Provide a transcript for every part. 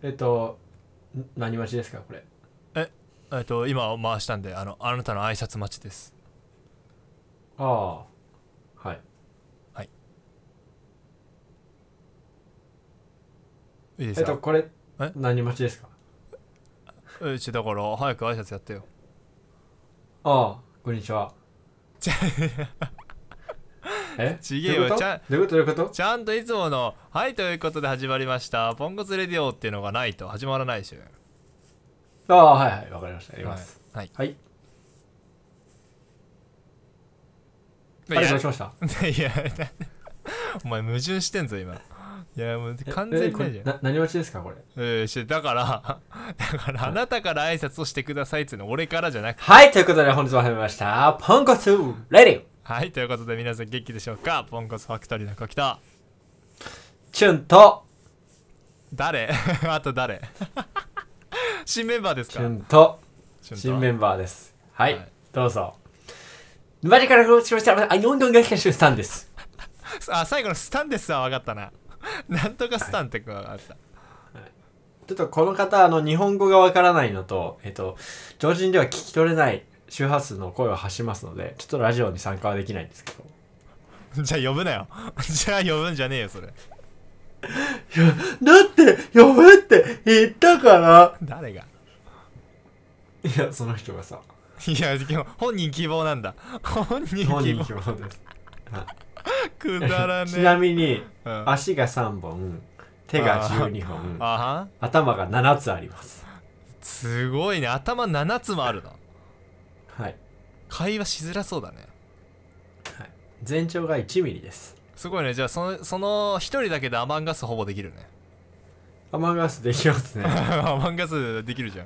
えっとん何待ちですかこれえっと今回したんであのあなたの挨拶待ちですああはいいいでえすっかとこれえ何待ちですかうちだから早く挨拶やってよああこんにちはちゃえちげえわどういうことちゃんどういうことどういうことちゃんといつもの「はい」ということで始まりました「ポンコツレディオ」っていうのがないと始まらないでしょああはいはいわかりましたやりますはい、はいはいあれいやどうしましたいや、 お前矛盾してんぞ、今。いや、もうえ完全にないじえゃん。これな何待ちですかこれえーしてだから、 だから、あなたから挨拶をしてくださいっていうの俺からじゃなくて。はいということで本日も始めましたポンコツレディオはい、ということで皆さん元気でしょうかポンコツファクトリーの小北。チュンと誰 あと誰新メンバーですチかュンとチュンと新メンバーですはい、はいどうぞマジからご視聴したらあどんどんがきしさんですあ、最後のスタンですは分かったな。 なんとかスタンって分かった。 ちょっとこの方あの日本語がわからないのとえっと常人では聞き取れない周波数の声を発しますのでちょっとラジオに参加はできないんですけどじゃあ呼ぶなよ。 じゃあ呼ぶんじゃねえよ、それ。だって呼ぶって言ったから誰が いやその人がさいや、でも本人希望なんだ。本人希望。本人希望ですくだら ねちえ。なみにうん足が3本手が12本あは頭が7つありますすごいね頭7つもあるのはい、会話しづらそうだねはい、全長が1ミリですすごいねじゃあそのその1人だけでアマンガスほぼできるね アマンガスできますねはいアマンガスできるじ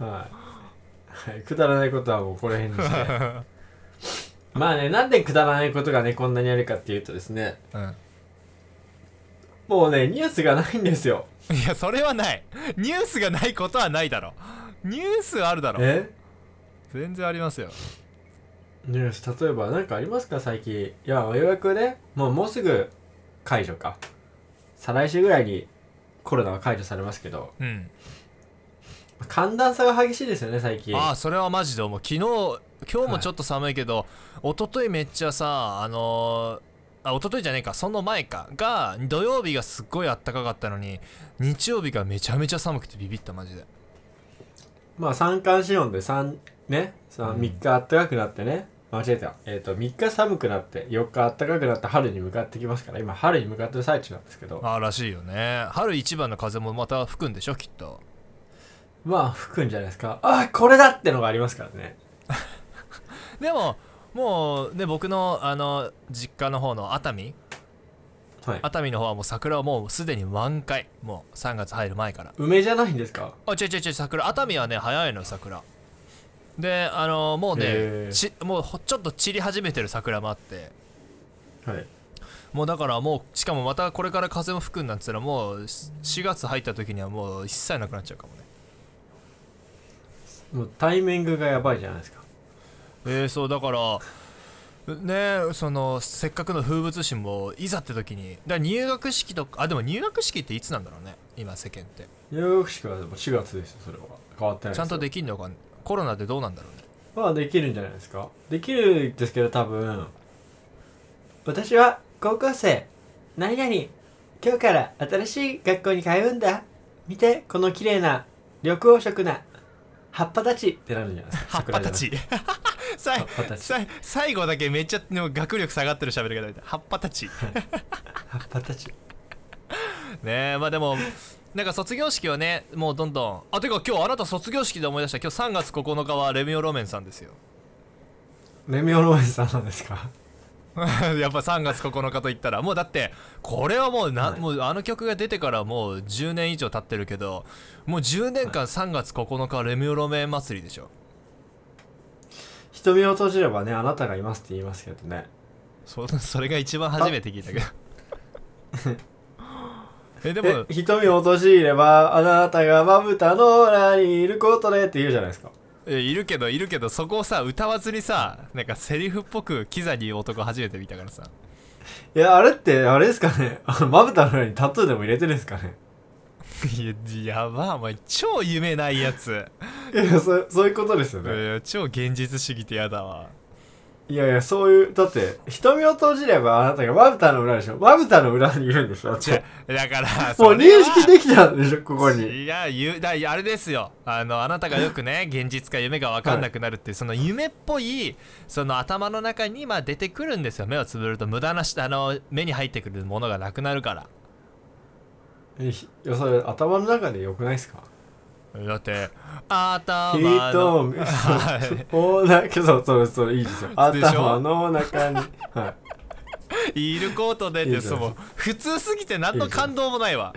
ゃん、はい、くだらないことはもうこれへんにして まあねなんでくだらないことがねこんなにあるかっていうとですねうもうねニュースがないんですよん、いやそれはないニュースがないことはないだろニュースあるだろえ全然ありますよニュース例えば何かありますか最近いやようやくねもうもうすぐ解除か再来週ぐらいにコロナは解除されますけどうん寒暖差が激しいですよね最近ああそれはマジで思う昨日今日もちょっと寒いけど、一昨日めっちゃさあのー、あ一昨日じゃねえかその前かが土曜日がすっごいあったかかったのに日曜日がめちゃめちゃ寒くてビビったマジでまあ三寒四温で3ねう3ん日暖かくなってね間違えたえっ、と3日寒くなって4日暖かくなって春に向かってきますから今春に向かってる最中なんですけどああらしいよね春一番の風もまた吹くんでしょきっとまあ吹くんじゃないですかあこれだってのがありますからねでももうね僕のあの実家の方の熱海はい熱海の方はもう桜はもうすでに満開もう3月入る前から梅じゃないんですかあ違う違う違う桜熱海はね早いのよ桜であのもうへねーちもうほちょっと散り始めてる桜もあってはいもうだからもうしかもまたこれから風も吹くんなんつったらもうし4月入った時にはもう一切なくなっちゃうかもねもうタイミングがやばいじゃないですかえー、そうだからねそのせっかくの風物詩もいざって時にだから入学式とかあでも入学式っていつなんだろうね今世間ってニューヨーク市はでも4月ですよそれは変わってないちゃんとでできんのかコロナでどうなんだろうねすよまあできるんじゃないですかできるんですけど多分私は高校生何々今日から新しい学校に通うんだ見てこの綺麗な緑黄色な葉っぱたちってなるんじゃないですか葉っぱたちさ桜じゃないく葉っぱたちさい最後だけめっちゃでも学力下がってる喋り方みたい葉っぱ たち葉っぱたちねえまあでもなんか卒業式はねもうどんどんあてか今日あなた卒業式で思い出した今日3月9日はレミオロメンさんですよ レミオロメンさんなんですかやっぱ3月9日と言ったらもうだってこれはもうな、はいもうあの曲が出てからもう10年以上経ってるけどもう10年間3月9日はレミオロメン祭りでしょ瞳を閉じればねあなたがいますって言いますけどねそ それが一番初めて聞いたけど えでもえ瞳を閉じればあなたがまぶたの裏にいることねって言うじゃないですかえいるけどいるけどそこをさ歌わずにさなんかセリフっぽくキザに言う男初めて見たからさいやあれってあれですかねあのまぶたの裏にタトゥーでも入れてるんですかねいややばお前超夢ない やついやそそういうことですよいね、や超現実主義ってやだわいやいやそういうだって瞳を閉じればあなたがまぶたの裏でしょまぶたの裏にいるんでしょだっ違てうだから もそうれ認は識できたんでしょここにいやゆだあれですよあのあなたがよ くね現実か夢が分かんなくなるっていうその夢っぽいその頭の中にまあ出てくるんですよ目をつぶると無駄なしあの目に入ってくるものがなくなるからいやそれ頭の中でよくないですかだって頭の瞳はいおなけど それそれいいですよでしょ頭の中にはイールコートでっいいてじゃそないの普通すぎて何の感動もないわ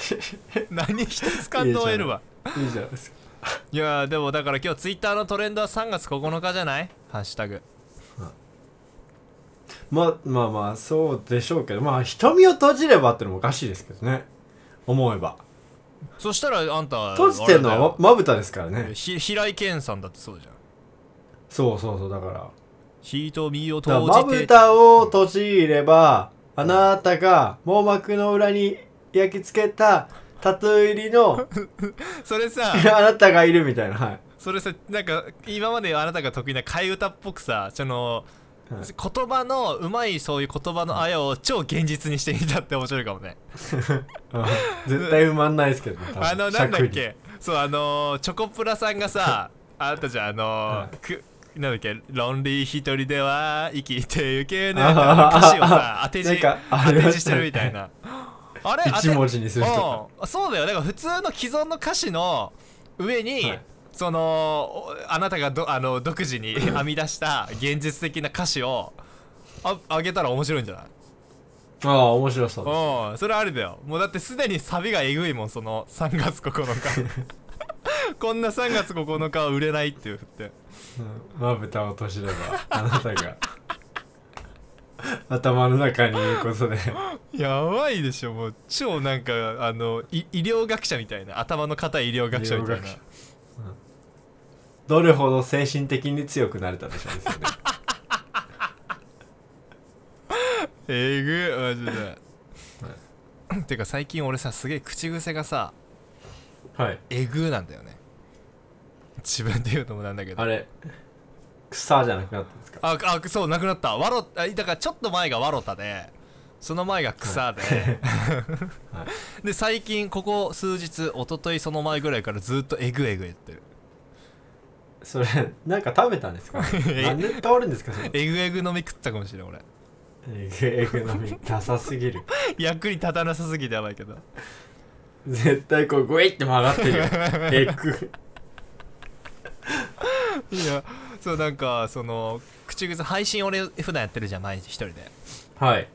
何一つ感動を得るわいいいじゃないですかいやーでもだから今日ツイッターのトレンドは3月9日じゃないハッシュタグまあまあまあそうでしょうけどまあ瞳を閉じればってのもおかしいですけどね思えばそしたらあんた閉じてるのあれだはよままぶたですからねひ平井堅さんだってそうじゃんそうそうそうだから瞳をだから閉まじぶてたを閉じればあなたが網膜の裏に焼き付けたタトゥー入り のそれ さあなたがいるみたいなはいそれさなんか今まであなたが得意な替え歌っぽくさその、はい言葉のうまいそういう言葉のあやを超現実にしてみたって面白いかもね うん絶対埋まんないですけどね多分あのなんだっ尺にけそうあのーチョコプラさんがさあなたじゃんあのーはいくなんだっけロンリー一人では生きてゆけぬあはは歌詞をさあ当てな字んかあ当りましたねて字してるみたいなあれ当て一文字にするとかうんそうだよだから普通の既存の歌詞の上に、はいそのおあなたがどあの独自に編み出した現実的な歌詞をああげたら面白いんじゃないああ面白そうですうんそれあれだよもうだってすでにサビがえぐいもんその3月9日 こんな3月9日は売れないって言ってうんまぶたを閉じればあなたが 頭の中にいることでやばいでしょもう超なんかあのい医療学者みたいな頭の硬い医療学者みたい医療学な者どれほど精神的に強くなれたでしょうですよねえぐいマジでてか最近俺さすげえ口癖がさはいえぐーなんだよね自分で言うのもなんだけどあれ草じゃなくなったんですかああそうなくなったわろあだからちょっと前がわろたでその前が草で、は で最近ここ数日一昨日その前ぐらいからずっとえぐえぐ言ってるそれなんか食べたんですか 何で倒れるんですかそれえぐえぐ飲み食ったかもしれん俺えぐえぐのみダサすぎる役に立たなさすぎてやばいけど絶対こうグイって曲がって るよえぐいやそうなんかその口癖配信俺普段やってるじゃん毎日一人ではい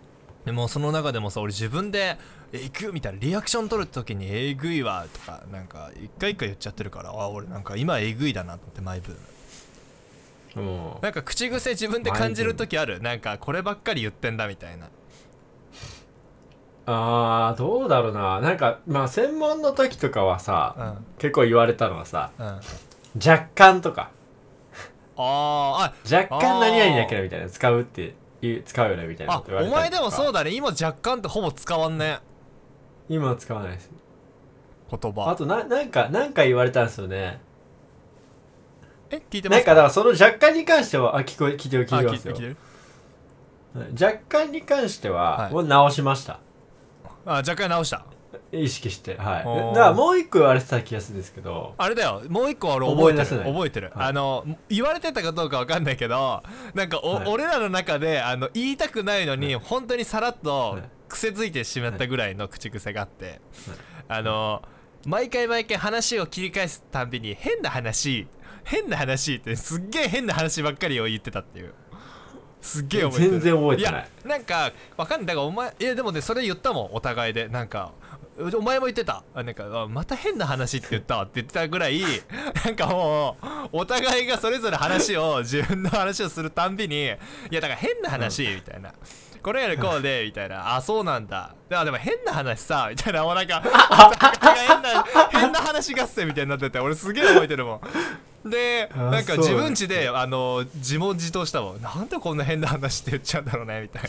でもうその中でもさ俺自分で「えぐ」みたいなリアクション取る時に「えぐいわ」とかなんか一回一回言っちゃってるからあ俺なんか今えぐいだなと思ってマイブームもなんか口癖自分で感じる時あるなんかこればっかり言ってんだみたいなうあーどうだろうななんかまあ専門の時とかはさ、うん結構言われたのはさうんあー若干とかあ若干何々だけどみたいな使うっていう使うよねみたいなあこと言わおれた前りとでかもそうだね今若干ってほぼ使わんね今は使わないです言あ葉とななんかなんか言われたんですよねえ聞いてまなんすかだからその若干に関してはあ聞こえ聞いてるあ聞いて聞まいすて聞よいてる若干に関しては、はいもう直しましたあ若干直した意識してはいおーだからもう一個言われてた気がするんですけどあれだよもう一個俺覚えて覚え出せるない覚えてる、はいあの言われてたかどうかわかんないけどなんかお、はい俺らの中であの言いたくないのに、本当にさらっとはい癖づいてしまったぐらいの口癖があって、あの毎回毎回話を切り返すたんびに変な話変な話ってすっげえ変な話ばっかりを言ってたっていうすっげえ覚えてる全然覚えてないやなんかわかんないだからお前いやでもねそれ言ったもんお互いでなんかうお前も言ってたあなんかあまた変な話って言ったわって言ってたぐらい なんかもうお互いがそれぞれ話を自分の話をするたんびにいやだから変な話みたいな、これよりこうでみたいなあそうなんだでもでも変な話さみたいなもうな んかお互いが変な変な話合戦みたいになってて俺すげえ覚えてるもんであなんそかう自分ちであの自問自答したもんなんでこんな変な話って言っちゃうんだろうねみたいな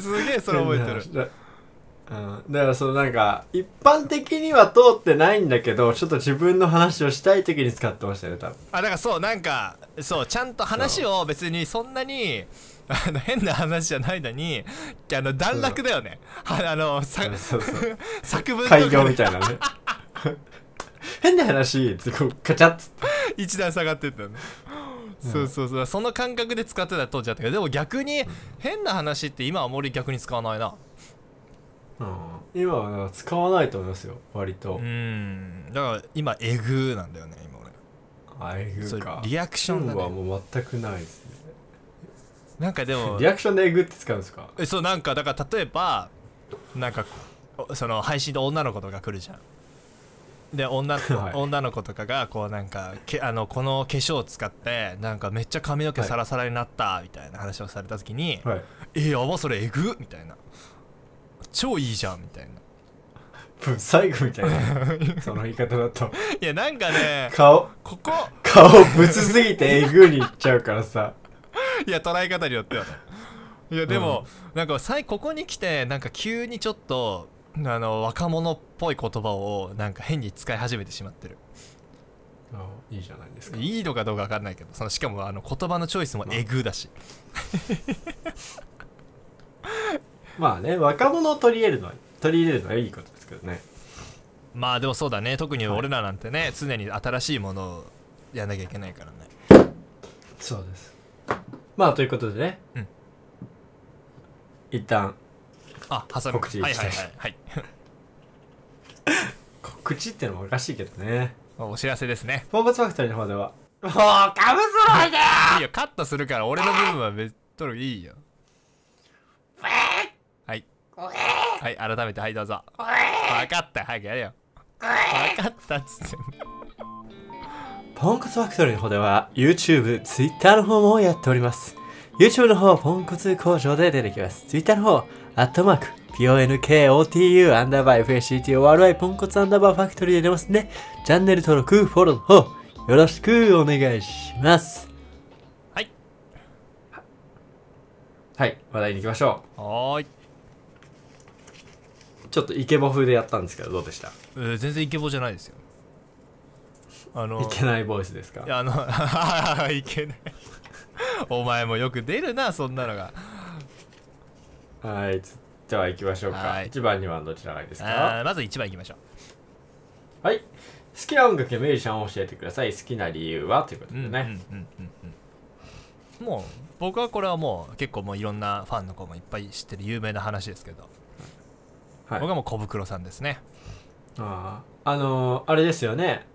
すげえそれ覚えてるるうん、だからそのなんか一般的には通ってないんだけどちょっと自分の話をしたい時に使ってましたね多分あだからそうなんかそうちゃんと話を別にそんなにあの変な話じゃないのにあの段落だよねはあのさそうそう作文とか開業でみたいなね変な話ってこうカチャッつって一段下がってったよね、うんそうそうそうその感覚で使ってた当時だったけどでも逆に変な話って今はあまり逆に使わないなうん、今は使わないと思いますよ割と、うんだから今エグなんだよね今俺ああいうそうかリアクションだはねもう全くないですねなんかでもリアクションでえぐって使うんですかえそうなんかだから例えばなんかおその配信で女の子とか来るじゃんで女,、 はい女の子とかがこうなんかけあのこの化粧を使ってなんかめっちゃ髪の毛サラサラになったみたいな話をされた時に「 はいえやばそれえぐっ!」みたいな「超いいじゃん」みたいなぶ最後みたい なその言い方だといやなんかね顔ここ顔ぶつすぎてえぐにいっちゃうからさいや捉え方によってはねいやでも、なんか最ここに来てなんか急にちょっとあの若者っぽい言葉をなんか変に使い始めてしまってるあいいじゃないですかいいのかどうか分かんないけどそのしかもあの言葉のチョイスもえぐだし、まあね若者を取り入れるのは取り入れるのはいいことですけどねまあでもそうだね特に俺らなんてね、常に新しいものをやんなきゃいけないからねそうですまあということでね、うん一旦あ挟み告知はいはいはいはい告知ってのもおかしいけどねお知らせですねフォーバツファクトリーの方ではもうかぶそろいでいいよカットするから俺の部分は別とるいいよはいはい改めてはいどうぞ分かった早くやれよ分かったっつってポンコツファクトリーの方では YouTube、Twitter の方もやっております。YouTube の方、ポンコツ工場で出てきます。Twitter の方、アットマーク、PONKOTU アンダーバー FACTORY ポンコツアンダーバーファクトリーで出ますね。チャンネル登録、フォローの方、よろしくお願いします。はい。はい、話題に行きましょ。はーいうちょっとイケボ風でやったんですけど、どうで したえー全然イケボじゃないですよあのいけないボイスですかい やあのいけないお前もよく出るなそんなのがはい。じゃあ行きましょうか。はい一番、二番どちらがいいですかあーまず1番いきましょうはい。好きな音楽やミュージシャンを教えてください。好きな理由はということうんでうんね。うんうんうんもう僕はこれはもう結構もういろんなファンの子もいっぱい知ってる有名な話ですけど、はい僕はもう小袋さんですねあああのーあれですよね。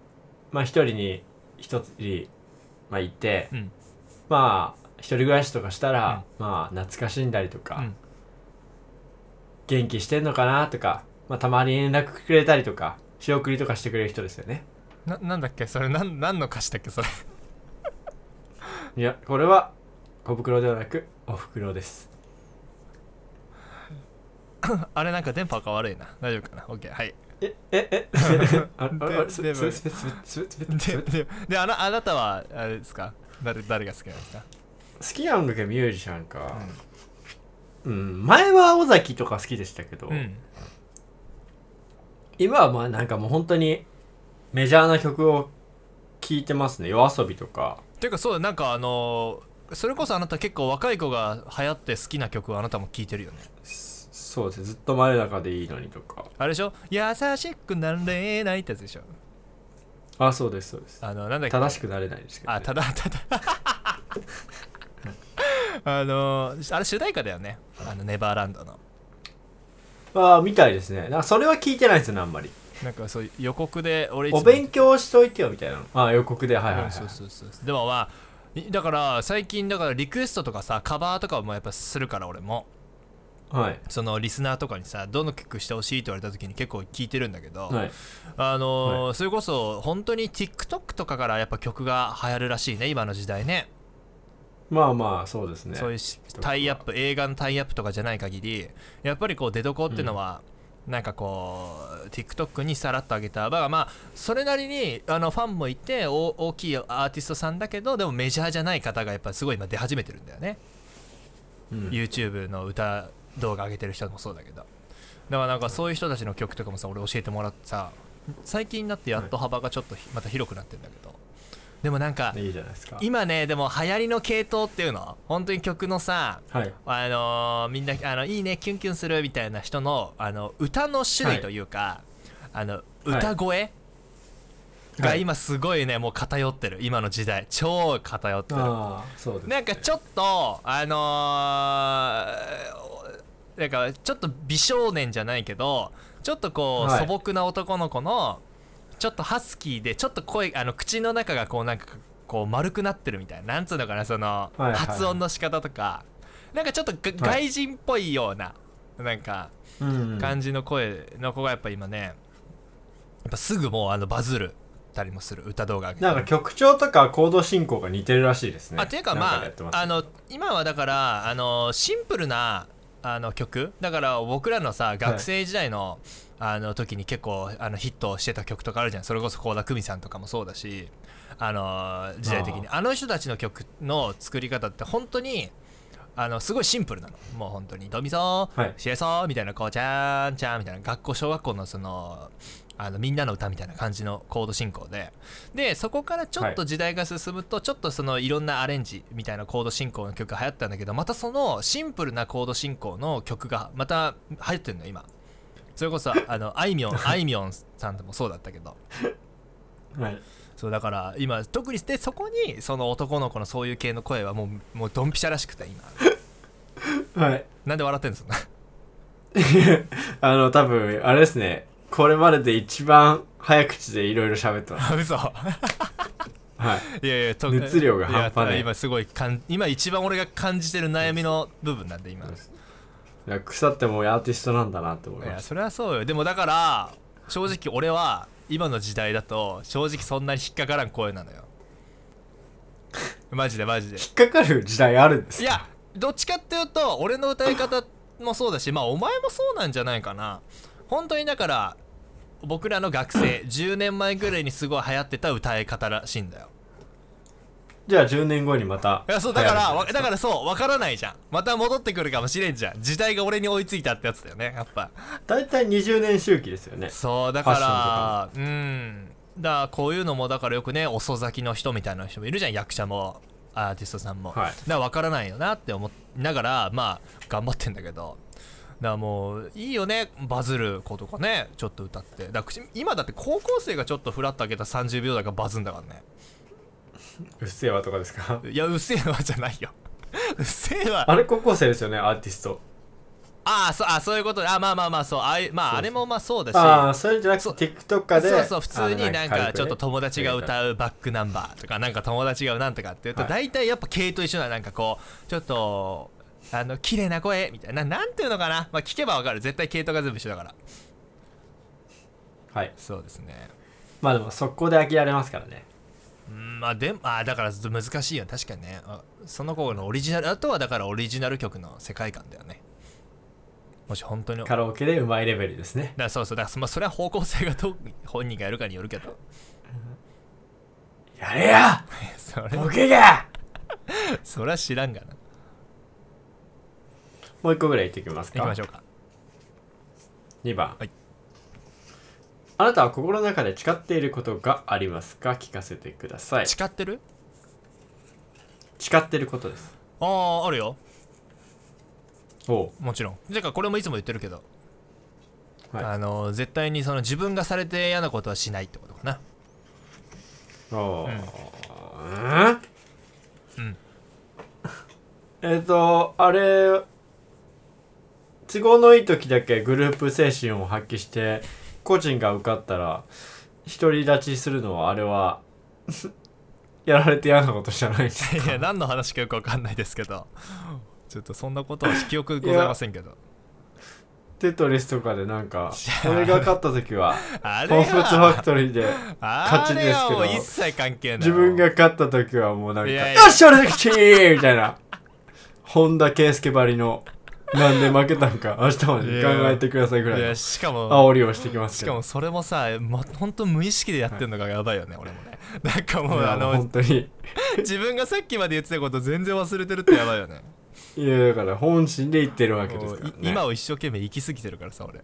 まあ一人に一人、まあいて、うんまあ一人暮らしとかしたら、まあ懐かしんだりとか、うん元気してんのかなとか、まあたまに連絡くれたりとか、仕送りとかしてくれる人ですよね。ななんだっけそれなん何の歌詞だっけそれ いや、これは小袋ではなくお袋です。あれなんか電波が悪いな大丈夫かな OK はいえ、え、え、あれ、あれ、あれ、す、す、でもす、す、す、す、す、、ですでであのあなたはあれですか誰誰が好きなんですか好きな音楽やミュージシャンか、うん前は尾崎とか好きでしたけど、うん今はまあなんかもう本当にメジャーな曲を聴いてますね夜遊びとかていうかそうだなんかあのーそれこそあなた結構若い子が流行って好きな曲をあなたも聴いてるよねそそうですねずっと真夜中でいいのにとかあれでしょ優しくなれないってやつでしょあそうですそうですあのなんだっけ正しくなれないですけど、ね、あただただ あのーあれ主題歌だよねあのネバーランドのあーみたいですねなんかそれは聞いてないですねあんまりなんかそう予告で俺いつもお勉強しといてよみたいなあー予告ではいはい、はうんい、そうそうそうそうでもまあいだから最近だからリクエストとかさカバーとかもやっぱするから俺もはいそのリスナーとかにさどの曲してほしいって言われた時に結構聞いてるんだけど、はいあのーそれこそ本当に TikTok とかからやっぱ曲が流行るらしいね今の時代ねまあまあそうですねそういうしタイアップ映画のタイアップとかじゃない限りやっぱりこう出どこっていうのは、なんかこう TikTok にさらっと上げたまあまあそれなりにあのファンもいてお大きいアーティストさんだけどでもメジャーじゃない方がやっぱすごい今出始めてるんだよね、うん YouTube の歌動画上げてる人もそうだけどだからなんかそういう人たちの曲とかもさ俺教えてもらってさ最近になってやっと幅がちょっとひまた広くなってんだけどでもなんかいいじゃないですか今ねでも流行りの系統っていうの本当に曲のさはいあのーみんなあのいいねキュンキュンするみたいな人のあの歌の種類というか、あの歌声が今すごいねもう偏ってる今の時代超偏ってるああそうですなんかちょっとあのーなんかちょっと美少年じゃないけどちょっとこう、はい素朴な男の子のちょっとハスキーでちょっと声あの口の中がこうなんかこう丸くなってるみたいななんつうのかなその、はいはい発音の仕方とかなんかちょっとがはい外人っぽいような、なんかうん感じの声の子がやっぱ今ねやっぱすぐもうあのバズるたりもする歌動画上げてなんか曲調とか行動進行が似てるらしいですねあていうかなんまでやってすああの今はだからあのシンプルなあの曲だから僕らのさ学生時代の,、あの時に結構あのヒットしてた曲とかあるじゃんそれこそ倖田來未さんとかもそうだしあの時代的にあの人たちの曲の作り方って本当にあのすごいシンプルなのもう本当に「ドミソー、はいシエソー」みたいなこう「ちゃーんちゃーん」みたいな学校小学校のそのあのみんなの歌みたいな感じのコード進行ででそこからちょっと時代が進むと、ちょっとそのいろんなアレンジみたいなコード進行の曲が流行ったんだけどまたそのシンプルなコード進行の曲がまた流行ってるのよ今それ こそあのあいみょんあいみょんさんでもそうだったけどはいそうだから今特にでそこにその男の子のそういう系の声はもうもうドンピシャらしくて今はいなんで笑ってんの そんなあの多分あれですねこれまでで一番早口でいろいろ喋ってます嘘はいいやいやと熱量が半端ないや今すごいかん今一番俺が感じてる悩みの部分なんで今いや腐ってもうアーティストなんだなって思いいまやしそれはそうよでもだから正直俺は今の時代だと正直そんなに引っかからん声な のよマジでマジでた引っかかる時代あるんですいやどっちかっていうと俺の歌い方もそうだしまあお前もそうなんじゃないかな本当にだから僕らの学生10年前ぐらいにすごい流行ってた歌い方らしいんだよじゃあ10年後にまたいやそうだから流行わるだからそうわからないじゃんまた戻ってくるかもしれんじゃん時代が俺に追いついたってやつだよねやっぱ大体20年周期ですよねそうだファッからうんだからこういうのもだからよくね遅咲きの人みたいな人もいるじゃん役者もアーティストさんも、はいだから分からないよなって思いながらまあ頑張ってんだけどだからもういいよねバズる子とかねちょっと歌ってだから口今だって高校生がちょっとフラッと開けた30秒だからバズんだからねうっせえわとかです かいやうっせえわじゃないよ うっせえわあれ高校生ですよねアーティストああそうあそういうことあまあまあまあそうあいまああれもまあそうだしああそれじゃなくて TikTok でそうそう普通になんあのかちょっと友達がう歌うバックナンバーとかなんか友達がなんとかっていうとはい大体やっぱ系と一緒ななんかこうちょっとあの綺麗な声みたいなななんていうのかなまあ聞けばわかる絶対系統が全部一緒だからはいそうですねまあでも速攻で飽きられますからねうんまあでもあだから難しいよ確かにねあその子のオリジナルあとはだからオリジナル曲の世界観だよねもし本当にだカかラオケでうまいレベルですねらそうそうだからまあそれは方向性がどう本人がやるかによるけどやれやそれボケ がそれは知らんがなもう一個ぐらい言ってきますか行きましょうか2番、はいあなたは心の中で誓っていることがありますか聞かせてください誓ってる誓ってることですあああるよおうもちろんてかこれもいつも言ってるけど、はいあの絶対にその自分がされて嫌なことはしないってこ とかなおううんうんうん えっとあれ都合のいい時だけグループ精神を発揮して個人が受かったら独り立ちするのはあれは やられて嫌なことじゃないんですいや何の話かよくわかんないですけどちょっとそんなことは記憶ございませ んけどテトリスとかでなんかいや俺が勝った時はあれコンフーツファはクトリーであ勝ちれですけはどもう一切関係ない自分が勝った時はもうなんか「いやいやよっしゃ俺の勝ち!」みたいな本田圭佑ばりの「なんで負けたんか明日まで考えてください」ぐらいいのやしかも煽りをしてきますしけかどもそれもさ、ま、ほんと無意識でやってんのがやばいよね、俺もね なんかもういやあの本当に自分がさっきまで言ってたこと全然忘れてるってやばいよねいやだから本心で言ってるわけですからねい今を一生懸命生きすぎてるからさ俺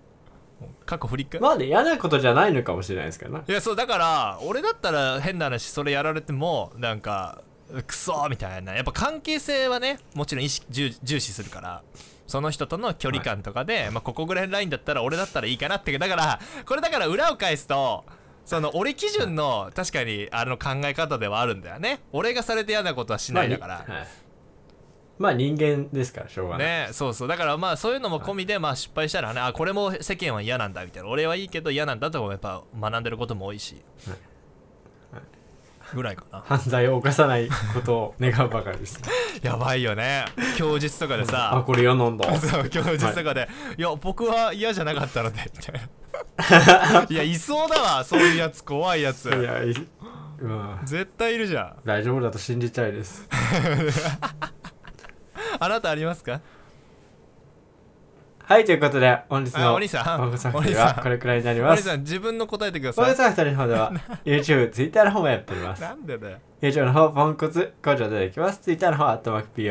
過去振り返まあね嫌なことじゃないのかもしれないですからないやそうだから俺だったら変な話それやられてもなんかクソーみたいなやっぱ関係性はねもちろん意識重重視するからその人との距離感とかで、まあ、ここぐらいのラインだったら俺だったらいいかなってだからこれだから裏を返すとその俺基準の確かにあの考え方ではあるんだよね俺がされて嫌なことはしないだから、まあにはいまあ人間ですからしょうがない、ねそうそうだからまあそういうのも込みでまあ失敗したらねあこれも世間は嫌なんだみたいな俺はいいけど嫌なんだとかもやっぱ学んでることも多いし、ぐらいか な犯罪を犯さないことを願うばかりです やばいよね供述とか であさこれ嫌なんだそう供述とかで、い、や僕は嫌じゃなかったのでみたいな いやいそうだわそういうやつ怖いやついやいうん絶対いるじゃん大丈夫だと信じたいですあなたありますかはいということで本日あのお兄さんお兄さんお兄さんはこれくらいになりおまじすさん自分の答えてくだおさ兄いさん二人の方では YouTube、Twitter の方もやっておりますなんでだよ以上の方、ポンコツ、工場でできます。ツイッターの方、アットマーク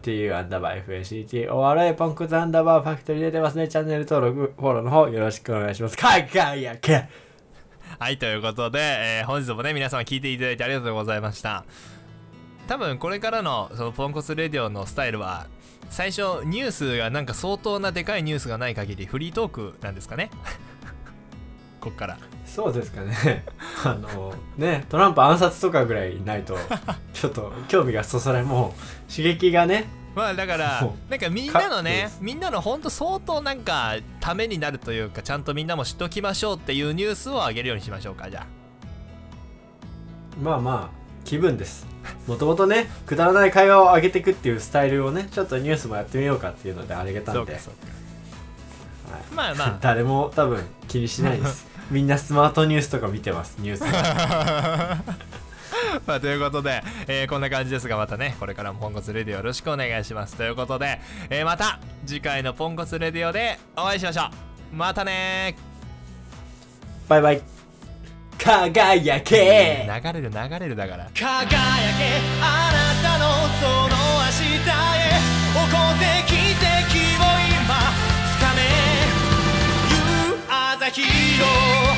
PONKOTU アンダーバー FACTORA ポンコツアンダーバーファクトリーで出てますね。チャンネル登録、フォローの方、よろしくお願いします。輝けはいということで、えー本日もね皆様聞いていただいてありがとうございました多分これからのそのポンコツレディオのスタイルは最初ニュースがなんか相当なでかいニュースがない限りフリートークなんですかね こっからそうですかね。あの、ね、トランプ暗殺とかぐらいないと、ちょっと興味がそそられ、もう刺激がね、まあだからそうなんかみんなのかねそうみんなのほんと相当なんかためになるというかちゃんとみんなも知っときましょうっていうニュースを上げるようにしましょうかじゃまあまあ、気分です。もともとね、くだらない会話を上げていくっていうスタイルをね、ちょっとニュースもやってみようかっていうので上げあたそんうでか。そうかまあま あ誰も多分気にしない ですみんなスマートニュースとか見てますニュースまあ、ということで、えーこんな感じですがまたねこれからもポンコツレディオよろしくお願いしますということで、えーまた次回のポンコツレディオでお会いしましょうまたねバイバイ輝ー、け流れる流れるだから輝けあなたのその明日へ起こせ奇跡を今掴め夕朝日を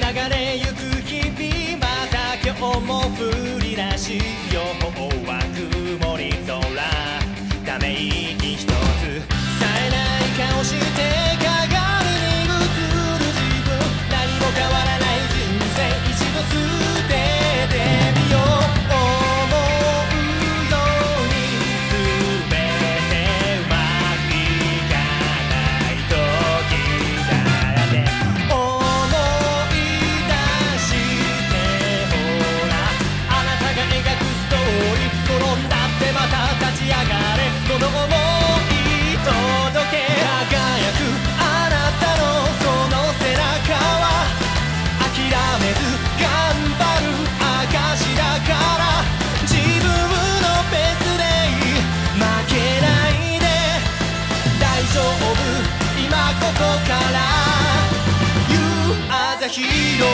流れゆく日々また今日も降り出し予報は曇り空ため息一つ冴えない顔して鏡に映る自分何も変わらない人生一度捨ててみよう思うように全てうまくいかない時だって思い出してほらあなたが描くストーリー転んだってまた立ち上がれこの想い届け輝くあなたのその背中は諦めず頑張る証だから自分のペースでいい負けないで大丈夫今ここから You are the hero